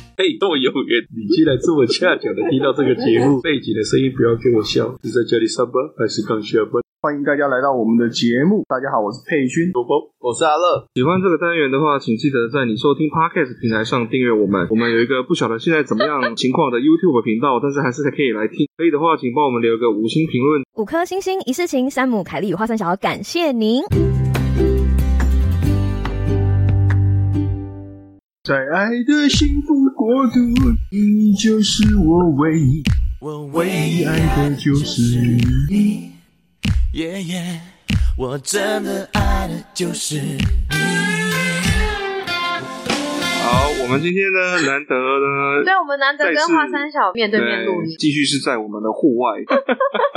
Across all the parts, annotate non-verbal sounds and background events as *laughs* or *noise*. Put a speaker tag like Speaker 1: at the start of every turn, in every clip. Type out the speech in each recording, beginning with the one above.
Speaker 1: 幼儿园。你既然这么恰巧的听到这个节
Speaker 2: *laughs*
Speaker 1: 目背景的声音，不要给我笑，是在家里上班还是刚下班？
Speaker 2: 欢迎大家来到我们的节目。大家好，我是佩君。
Speaker 1: 多包，
Speaker 3: 我是阿乐。
Speaker 4: 喜欢这个单元的话，请记得在你收听 Podcast 平台上订阅我们。我们有一个不晓得现在怎么样情况的 YouTube 频道，但是还是可以来听。可以的话，请帮我们留个五星评论。
Speaker 5: 五颗星星一世情，山姆、凯莉与花生小，感谢您。
Speaker 2: 在爱的幸福国度，你就是我唯一，
Speaker 6: 我
Speaker 2: 唯一爱的就是你。
Speaker 6: 耶耶，我真的爱的就是
Speaker 4: 好，我们今天呢，难得呢，
Speaker 7: 对，我们难得跟华山小面对面录音，
Speaker 4: 继续是在我们的户外，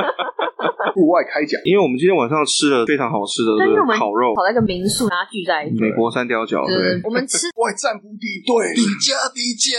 Speaker 4: *laughs*
Speaker 2: 户外开讲，
Speaker 4: 因为我们今天晚上吃了非常好吃的
Speaker 7: 但是我们
Speaker 4: 烤肉，
Speaker 7: 跑到一个民宿，然后聚在一起，
Speaker 4: 美国三貂角，
Speaker 7: 就
Speaker 4: 嗯
Speaker 7: 是
Speaker 4: 对，
Speaker 7: 我们吃
Speaker 4: *laughs*
Speaker 2: 外战部地队，
Speaker 3: 迪迦迪迦，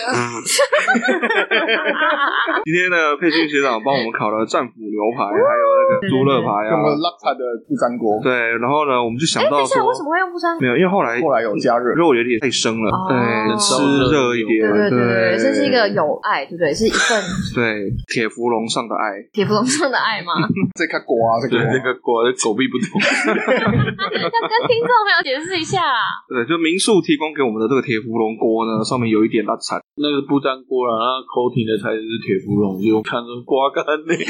Speaker 4: 今天呢，佩君学长帮我们烤了战斧牛排，还有那个猪肋排
Speaker 2: 用了
Speaker 3: 嗯
Speaker 4: 啊，
Speaker 2: 拉萨的不粘锅，
Speaker 4: 对，然后呢，我们就想
Speaker 7: 哎，
Speaker 4: 到
Speaker 7: 但是
Speaker 4: 说
Speaker 7: 为，什么会用不伤？
Speaker 4: 没有，因为后来
Speaker 2: 后来有加热，
Speaker 4: 肉有点太生了，
Speaker 7: 哦
Speaker 4: 对，吃热一点，
Speaker 7: 对对对对，这是一个
Speaker 4: 对
Speaker 7: 有爱，对不对？是
Speaker 4: *laughs*
Speaker 7: 一份
Speaker 4: 对铁芙蓉上的爱，
Speaker 7: 铁芙蓉上的爱
Speaker 4: *laughs*
Speaker 7: 吗？
Speaker 2: 这看锅啊，这
Speaker 3: 对
Speaker 2: 个
Speaker 3: *laughs* 那个果然狗屁不通。
Speaker 7: 要跟听众朋友解释一下啦。
Speaker 4: 对，就民宿提供给我们的这个铁芙蓉锅呢，上面有一点拉惨，
Speaker 1: 那个不粘锅了，啊那口挺的材质是铁芙蓉，就看着刮干
Speaker 4: *laughs*
Speaker 1: 嘞。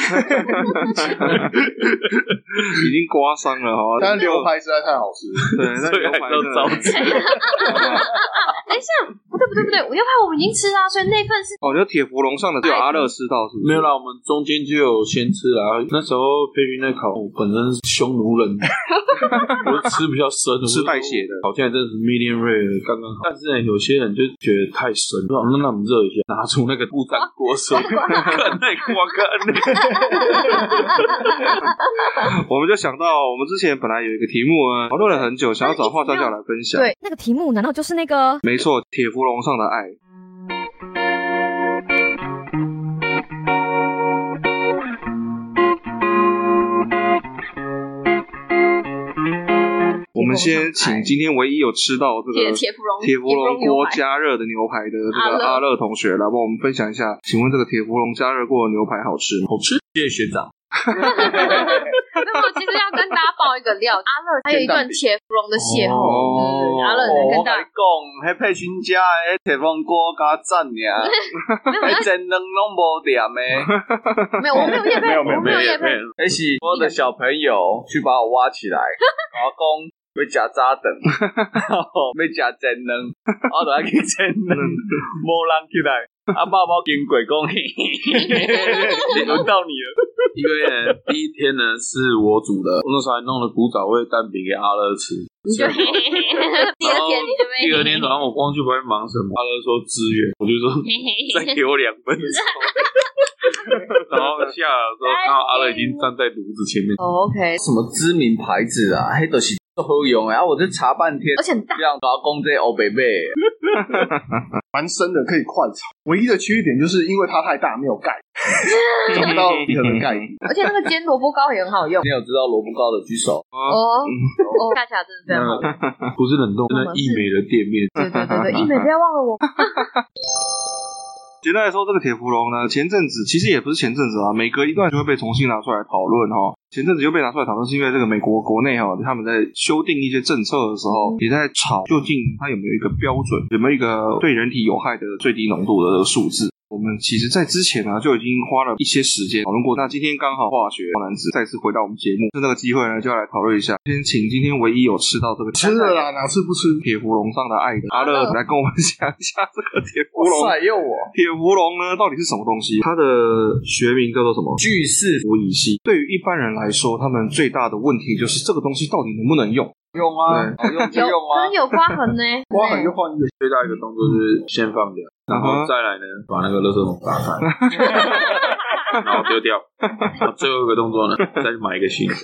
Speaker 4: 已经刮伤了哈，
Speaker 2: 但是牛排实在太好吃，
Speaker 4: 对，那
Speaker 1: 所以
Speaker 4: 牛
Speaker 1: 还
Speaker 4: 排
Speaker 1: 要招
Speaker 4: 真的，
Speaker 7: 哎，这样不对不对不对，我牛排我们已经吃啦，所以那份是
Speaker 4: 哦，就铁芙蓉上的只有阿乐吃到是不是？
Speaker 1: 没有啦，我们中间就有先吃啦。那时候菲律宾在烤，我本身是匈奴人，我吃比较深，我
Speaker 4: 吃带血的
Speaker 1: 烤起来真的是 medium rare，刚刚好。但是呢，有些人就觉得太深，那那我们热一下，拿出那个不粘锅水，看那锅干嘞。
Speaker 4: *laughs* 我们就想到我们之前本来有一个题目啊呢，讨论了很久，想要找画家教来分享。
Speaker 7: 对
Speaker 5: 那个题目难道就是那个？
Speaker 4: 没错，铁芙蓉上的爱。我们先请今天唯一有吃到这
Speaker 7: 铁
Speaker 4: 个
Speaker 7: 铁芙蓉
Speaker 4: 呃铁芙蓉
Speaker 7: 牛
Speaker 4: 锅
Speaker 7: *laughs* 排。
Speaker 4: 加热的牛排的这个
Speaker 7: 阿乐
Speaker 4: 阿乐同学来帮我们分享一下，请问这个铁芙蓉加热过的牛排好吃吗？
Speaker 1: 好吃，谢谢学长。
Speaker 7: 那我其实要跟大家爆一个料，阿乐还有一
Speaker 4: *laughs*
Speaker 7: 段铁芙蓉的邂逅。
Speaker 4: 哦
Speaker 7: 嗯，阿乐能
Speaker 3: 我
Speaker 7: 跟大
Speaker 3: 来
Speaker 7: 家，
Speaker 3: 讲，迄配新家诶铁风锅加赞尔，迄真两拢无点诶。
Speaker 7: 没有，我没有叶配，我没有叶配，
Speaker 3: 那是我哎的小朋友去把我挖起
Speaker 7: *laughs*
Speaker 3: 来，然后讲要食早顿，然后要食煎卵，我就要去煎
Speaker 7: *laughs*
Speaker 3: 卵，无人起来。啊，爸爸经过讲，嘿嘿
Speaker 7: *laughs*
Speaker 3: 嘿轮到你了，
Speaker 1: 因为呢，呃第一天呢是我煮的，我那时候还弄了古早味蛋饼给阿乐吃。
Speaker 7: 你就第二天你就被
Speaker 1: 第二天早上我光去不知道在忙什么，阿乐说支援，我就说再给我两
Speaker 7: *laughs*
Speaker 1: 分钟。然后下来的时候，看到阿乐已经站在炉子前面，
Speaker 7: 哦 OK，
Speaker 3: 什么知名牌子啊？迄都是好用诶，啊，我就查半天
Speaker 7: 而，且很大，
Speaker 3: 这样老公这欧北贝。
Speaker 2: *laughs* 蛮深的，可以快炒。唯一的缺点就是因为它太大，没有
Speaker 3: *laughs*
Speaker 2: 盖，找不到一个人盖。
Speaker 7: 而且那个煎萝卜糕也很好用
Speaker 3: 你有知道萝卜糕的举手？
Speaker 7: 哦哦，恰恰真的非常好用。
Speaker 1: 不是冷冻，那一美的店面。
Speaker 7: 对对对对，一美不要忘了我。
Speaker 4: 简单来说，这个铁芙蓉呢，前阵子其实也不是前阵子啊，每隔一段就会被重新拿出来讨论哈。前阵子又被拿出来讨论，是因为这个美国国内哈，他们在修订一些政策的时候，也在吵究竟它有没有一个标准，有没有一个对人体有害的最低浓度的数字。我们其实，在之前呢、就已经花了一些时间讨论过。那今天刚好化学男子再次回到我们节目，趁这个机会呢，就要来讨论一下。先请今天唯一有吃到这个
Speaker 2: 吃了啦，哪次不吃？
Speaker 4: 铁芙蓉上的爱的阿乐来跟我们讲一下这个铁芙蓉
Speaker 3: 哇塞，又我
Speaker 4: 铁芙蓉呢，到底是什么东西？它的学名叫做什么？
Speaker 3: 巨式
Speaker 4: 氟乙烯。对于一般人来说，他们最大的问题就是这个东西到底能不能用？
Speaker 3: 用啊，好用就
Speaker 7: 有，
Speaker 3: 用啊
Speaker 7: 真。有刮痕呢，
Speaker 2: 刮痕就换一个，
Speaker 1: 最大一个动作就是先放凉，然
Speaker 4: 嗯
Speaker 1: 后
Speaker 4: 哼
Speaker 1: 再来呢，把那个垃圾桶打开，然后丢掉。然后最后一个动作呢，再去买一个新的。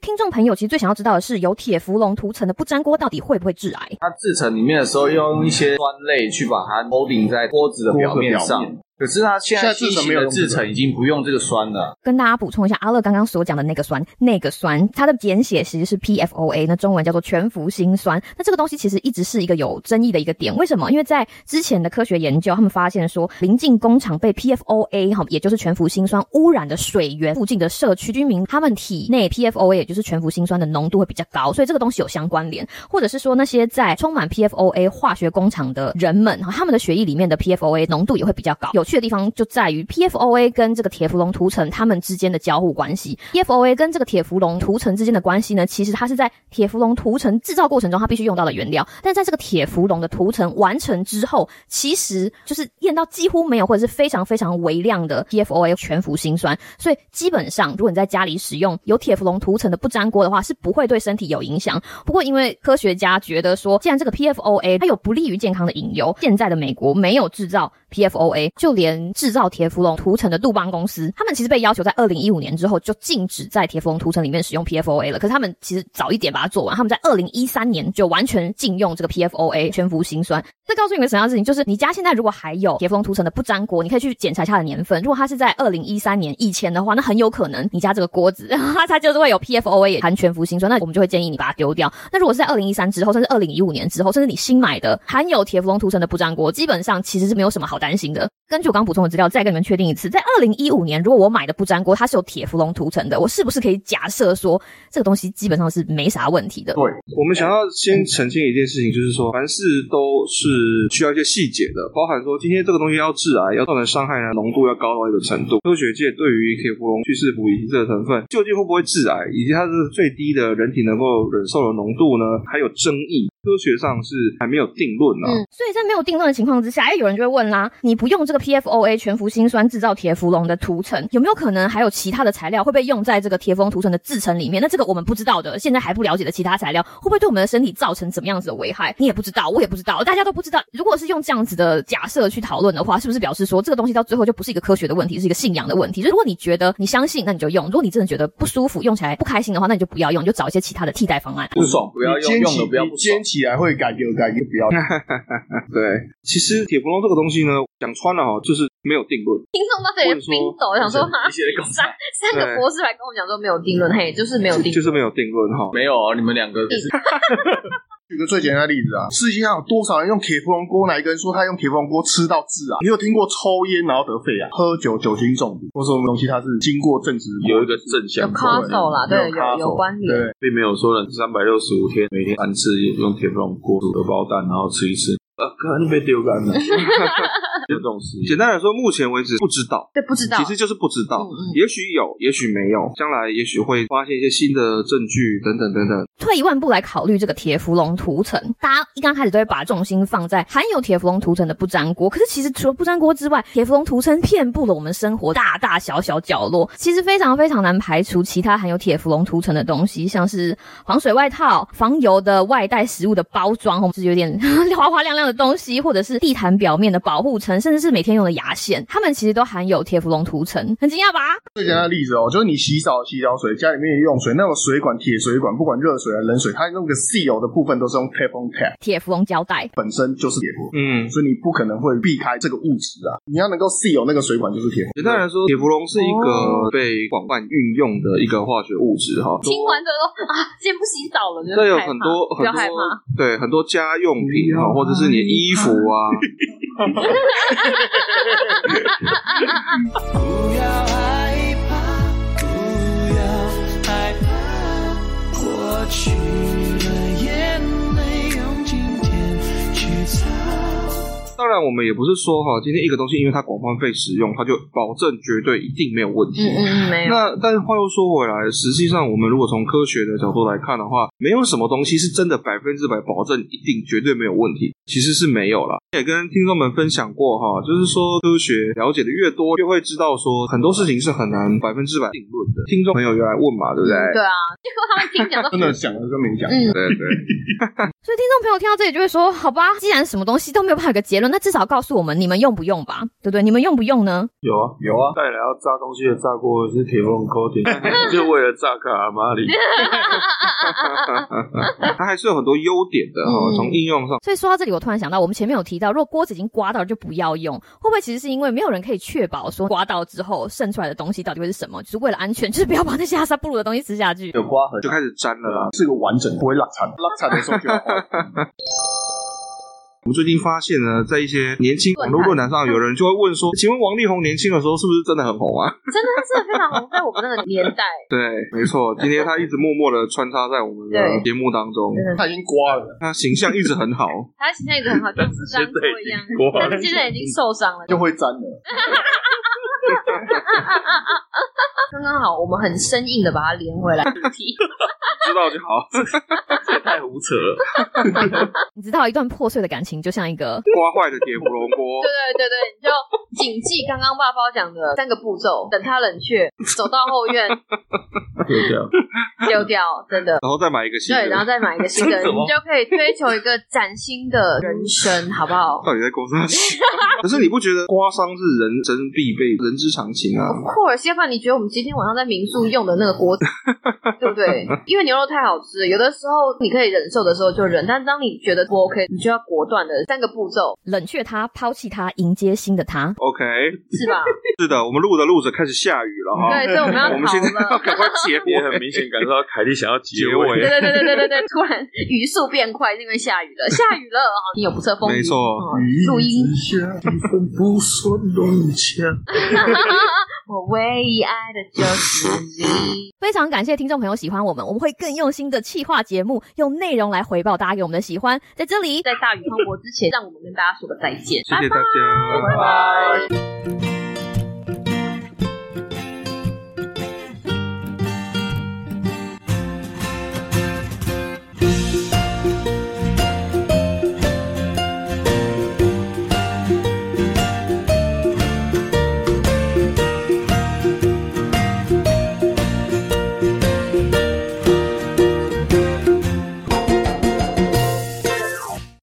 Speaker 5: 听众朋友其实最想要知道的是，有铁芙蓉涂层的不粘锅到底会不会致癌？
Speaker 3: 它制成里面的时候，要用一些酸类去把它 holding 在锅子的表面上
Speaker 2: 锅子的表面，
Speaker 3: 可是它现在
Speaker 2: 现在制
Speaker 3: 新
Speaker 2: 程
Speaker 3: 型
Speaker 2: 没有
Speaker 3: 的
Speaker 2: 用这
Speaker 3: 制
Speaker 2: 个
Speaker 3: 成已经不用这个酸了，
Speaker 5: 跟大家补充一下，阿乐刚刚所讲的那个酸，那个酸，它的简写其实是 PFOA，那中文叫做全氟辛酸。那这个东西其实一直是一个有争议的一个点，为什么？因为在之前的科学研究，他们发现说，临近工厂被 PFOA 哈，也就是全氟辛酸污染的水源附近的社区居民，他们体内 PFOA 也就是全氟辛酸的浓度会比较高，所以这个东西有相关联。或者是说那些在充满 PFOA 化学工厂的人们，哈，他们的血液里面的 PFOA 浓度也会比较高。有趣的地方就在于 PFOA 跟这个铁氟龙涂层它们之间的交互关系。PFOA 跟这个铁氟龙涂层之间的关系呢，其实它是在铁氟龙涂层制造过程中它必须用到的原料，但在这个铁氟龙的涂层完成之后，其实就是验到几乎没有或者是非常非常微量的 PFOA 全氟辛酸，所以基本上如果你在家里使用有铁氟龙涂层的不粘锅的话，是不会对身体有影响。不过，因为科学家觉得说，既然这个 PFOA 它有不利于健康的隐忧，现在的美国没有制造 PFOA，就连制造铁氟龙涂层的杜邦公司，他们其实被要求在二零一五年之后就禁止在铁氟龙涂层里面使用 PFOA 了。可是他们其实早一点把它做完，他们在二零一三年就完全禁用这个 PFOA 全氟辛酸。这告诉你们什么样的事情？就是你家现在如果还有铁氟龙涂层的不粘锅，你可以去检查一下它的年份。如果它是在二零一三年以前的话，那很有可能你家这个锅子 *laughs* 它就是会有 PFOA 也含全氟辛酸，那我们就会建议你把它丢掉。那如果是在二零一三之后，甚至二零一五年之后，甚至你新买的含有铁氟龙涂层的不粘锅，基本上其实是没有什么好担心的。根据我刚补充的资料，再跟你们确定一次，在二零一五年，如果我买的不粘锅它是有铁氟龙涂层的，我是不是可以假设说这个东西基本上是没啥问题的？
Speaker 4: 我们想要先澄清一件事情，就是说凡事都是需要一些细节的，包含说今天这个东西要致癌，要造成伤害呢，浓度要高到一个程度。科学界对于铁氟龙去世氟以及这个成分究竟会不会致癌，以及它是最低的人体能够忍受的浓度呢，还有争议。科学上是还没有定论啊。
Speaker 7: 嗯
Speaker 5: 所以在没有定论的情况之下，哎，有人就会问啦，你不用这个 PFOA 全氟辛酸制造铁氟龙的涂层，有没有可能还有其他的材料会被用在这个铁氟龙涂层的制成里面？那这个我们不知道的，现在还不了解的其他材料，会不会对我们的身体造成怎么样子的危害？你也不知道，我也不知道，大家都不知道。如果是用这样子的假设去讨论的话，是不是表示说这个东西到最后就不是一个科学的问题，是一个信仰的问题？就是如果你觉得你相信，那你就用；如果你真的觉得不舒服，用起来不开心的话，那你就不要用，你就找一些其他的替代方案。
Speaker 3: 不爽不要
Speaker 2: 你
Speaker 3: 用，
Speaker 2: 煎
Speaker 3: 用
Speaker 2: 起
Speaker 3: 了不要
Speaker 2: 你
Speaker 3: 不爽
Speaker 2: 煎。起来会改掉，改就不要。
Speaker 3: *laughs*
Speaker 4: 对，其实铁氟龙这个东西呢，讲穿了哈，就是没有定论。
Speaker 7: 听众到这里冰抖，想说哈，
Speaker 3: 你写的够
Speaker 7: 三三个博士来跟我讲说没有定论，嘿，就是没有定论，
Speaker 4: 就是没有定论哈。
Speaker 3: 没有
Speaker 1: 啊
Speaker 3: 哦，你们两个就是
Speaker 2: 举个最简单的例子啊，世界上有多少人用铁氟龙锅？哪一个人说他用铁氟龙锅吃到致癌？你有听过抽烟然后得肺癌、喝酒酒精中毒或什么东西？它是经过证实的
Speaker 1: 有一个
Speaker 7: 有
Speaker 1: 正向的
Speaker 7: causal 啦，对，
Speaker 2: 没有 causal，
Speaker 7: 有有关联。
Speaker 2: 对，
Speaker 1: 并没有说人三百六十五天每天三次用铁风锅煮荷包蛋，然后吃一吃，啊，可能被丢 *laughs* 干了，有这种事。
Speaker 4: 简单来说，目前为止不知道，
Speaker 7: 对，不知道
Speaker 4: 其，实就是不知道
Speaker 7: 嗯嗯，
Speaker 4: 也许有，也许没有，将来也许会发现一些新的证据等等等等。
Speaker 5: 退一万步来考虑这个铁氟龙涂层，大家一刚开始都会把重心放在含有铁氟龙涂层的不粘锅。可是其实除了不粘锅之外，铁氟龙涂层遍布了我们生活大大小小角落，其实非常非常难排除其他含有铁氟龙涂层的东西，像是防水外套、防油的外带食物的包装，或者是有点 *laughs* 花花亮亮的东西，或者是地毯表面的保护层，甚至是每天用的牙线，它们其实都含有铁氟龙涂层，很惊讶吧？
Speaker 2: 最简单的例子哦，就是你洗澡洗澡水，家里面用水那种水管、铁水管，不管热水还是啊冷水，它那个 seal 的部分都是用 tap on tap，
Speaker 5: 铁氟龙胶带。
Speaker 2: 本身就是铁氟龙，
Speaker 4: 嗯，
Speaker 2: 所以你不可能会避开这个物质啊。你要能够 seal 那个水管就是铁氟
Speaker 4: 简单来说，铁氟龙是一个
Speaker 7: 哦
Speaker 4: 被广泛运用的一个化学物质哈。
Speaker 7: 听完之后都啊，先不洗澡了，
Speaker 4: 这
Speaker 7: 就
Speaker 4: 有
Speaker 7: 害怕
Speaker 4: 很多
Speaker 7: 不
Speaker 4: 很
Speaker 7: 要
Speaker 4: 多
Speaker 7: 害怕，嗯
Speaker 4: 对很多家用品哈，或者是你的衣服啊，
Speaker 6: 不要害怕，不要害怕，过去的眼泪用今天去擦。
Speaker 4: 当然，我们也不是说哈，今天一个东西因为它广泛被使用，它就保证绝对一定没有问题。
Speaker 7: 嗯嗯
Speaker 4: *laughs*
Speaker 7: 嗯，没有，
Speaker 4: 那但是话又说回来，实际上我们如果从科学的角度来看的话，没有什么东西是真的百分之百保证一定绝对没有问题，其实是没有啦。也跟听众们分享过哈，就是说科学了解的越多，越会知道说很多事情是很难百分之百定论的。听众朋友有来问嘛，对不对？
Speaker 7: 对啊，结果他们听
Speaker 4: *laughs*
Speaker 7: 讲都
Speaker 2: 龙。真的讲了跟没讲，
Speaker 7: 嗯，
Speaker 4: 对对，
Speaker 7: *laughs*
Speaker 5: 所以听众朋友听到这里就会说：“好吧，既然什么东西都没有办法有个结论，那至少告诉我们你们用不用吧，对不对？你们用不用呢？
Speaker 1: 有啊有啊，带来要炸东西的炸锅是铁风锅底， *laughs* 就为了炸卡马里。
Speaker 4: 它还是有很多优点的哈。
Speaker 7: 嗯
Speaker 4: 从应用上，
Speaker 5: 所以说到这里，里，我突然想到，我们前面有提到，如果锅子已经刮到了，就不要用。会不会其实是因为没有人可以确保说刮到之后剩出来的东西到底会是什么？就是为了安全，就是不要把那些阿萨布鲁的东西吃下去。
Speaker 3: 有刮痕
Speaker 4: 就开始粘了啦。
Speaker 2: 是个完整的，不会落惨。落惨的时候就要 *laughs* 换。
Speaker 4: 我们最近发现呢，在一些年轻网络论坛上，有人就会问
Speaker 7: *laughs*
Speaker 4: 说：“请问王力宏年轻的时候是不是真的很红啊
Speaker 7: 真的是非常红，在我们那个年代，？”
Speaker 4: 对，没错，今天他一直默默的穿插在我们的节
Speaker 7: 对
Speaker 4: 目当中，
Speaker 2: 他已经刮了，
Speaker 4: 他形象一直很
Speaker 7: *laughs*
Speaker 4: 好。
Speaker 7: 他形象一直很好，就跟张
Speaker 1: 现在
Speaker 7: 国
Speaker 1: 已
Speaker 7: 一样
Speaker 1: 经，过了
Speaker 7: 但是现在已经受伤了，
Speaker 2: 就会粘了。
Speaker 7: 刚刚好，我们很生硬的把它连回来。
Speaker 1: 知道就好，这也太胡扯了。
Speaker 5: 你知道，一段破碎的感情就像一个
Speaker 4: 刮坏的铁芙蓉锅
Speaker 7: 对，对对对，你就谨记刚刚爸包讲的三个步骤，等它冷却，走到后院
Speaker 1: *laughs* 对这样，
Speaker 7: 丢掉，真的。
Speaker 4: 然后再买一个新
Speaker 7: 对，然后
Speaker 4: 的。
Speaker 7: 再买一个
Speaker 4: *laughs*
Speaker 7: 新的，
Speaker 4: 真的吗
Speaker 7: 你就可以追求一个崭新的人生，好不好？
Speaker 4: 到底在公司？
Speaker 7: *laughs*
Speaker 4: 可是你不觉得刮伤是人生必备、人之常情啊？
Speaker 7: 或者要不然你觉得我们今天晚上在民宿用的那个锅子，对不对？因为牛肉太好吃了，有的时候你可以忍受的时候就忍，但当你觉得不 OK，你就要果断的三个步骤，
Speaker 5: 冷却它、抛弃它、迎接新的它。
Speaker 4: OK，
Speaker 7: 是吧？
Speaker 4: 是的，我们录着录着开始下雨了哈。
Speaker 7: 对，所以我们
Speaker 4: *laughs*
Speaker 7: 要
Speaker 4: 我们现在
Speaker 7: 逃
Speaker 4: 要
Speaker 7: 了。
Speaker 4: 赶快结
Speaker 7: *laughs*
Speaker 1: 也
Speaker 4: 婚。
Speaker 1: 很明显感受到凯莉想要结
Speaker 4: 结
Speaker 7: 对
Speaker 1: 尾
Speaker 4: 尾，
Speaker 7: 对对对对对对，突然语速变快，是因为下雨了，下雨了，哦你有不测风雨，
Speaker 4: 没错
Speaker 7: 哦录音
Speaker 2: 一直下一分不算乱枪。
Speaker 7: *laughs* 我唯一爱的就是你。
Speaker 5: 非常感谢听众朋友喜欢我们，我们会更用心的企划节目，用内容来回报大家给我们的喜欢。在这里，
Speaker 7: 在大雨磅礴之前，让我们跟大家说个再见，
Speaker 4: 谢谢大家，
Speaker 2: 拜拜。
Speaker 4: 拜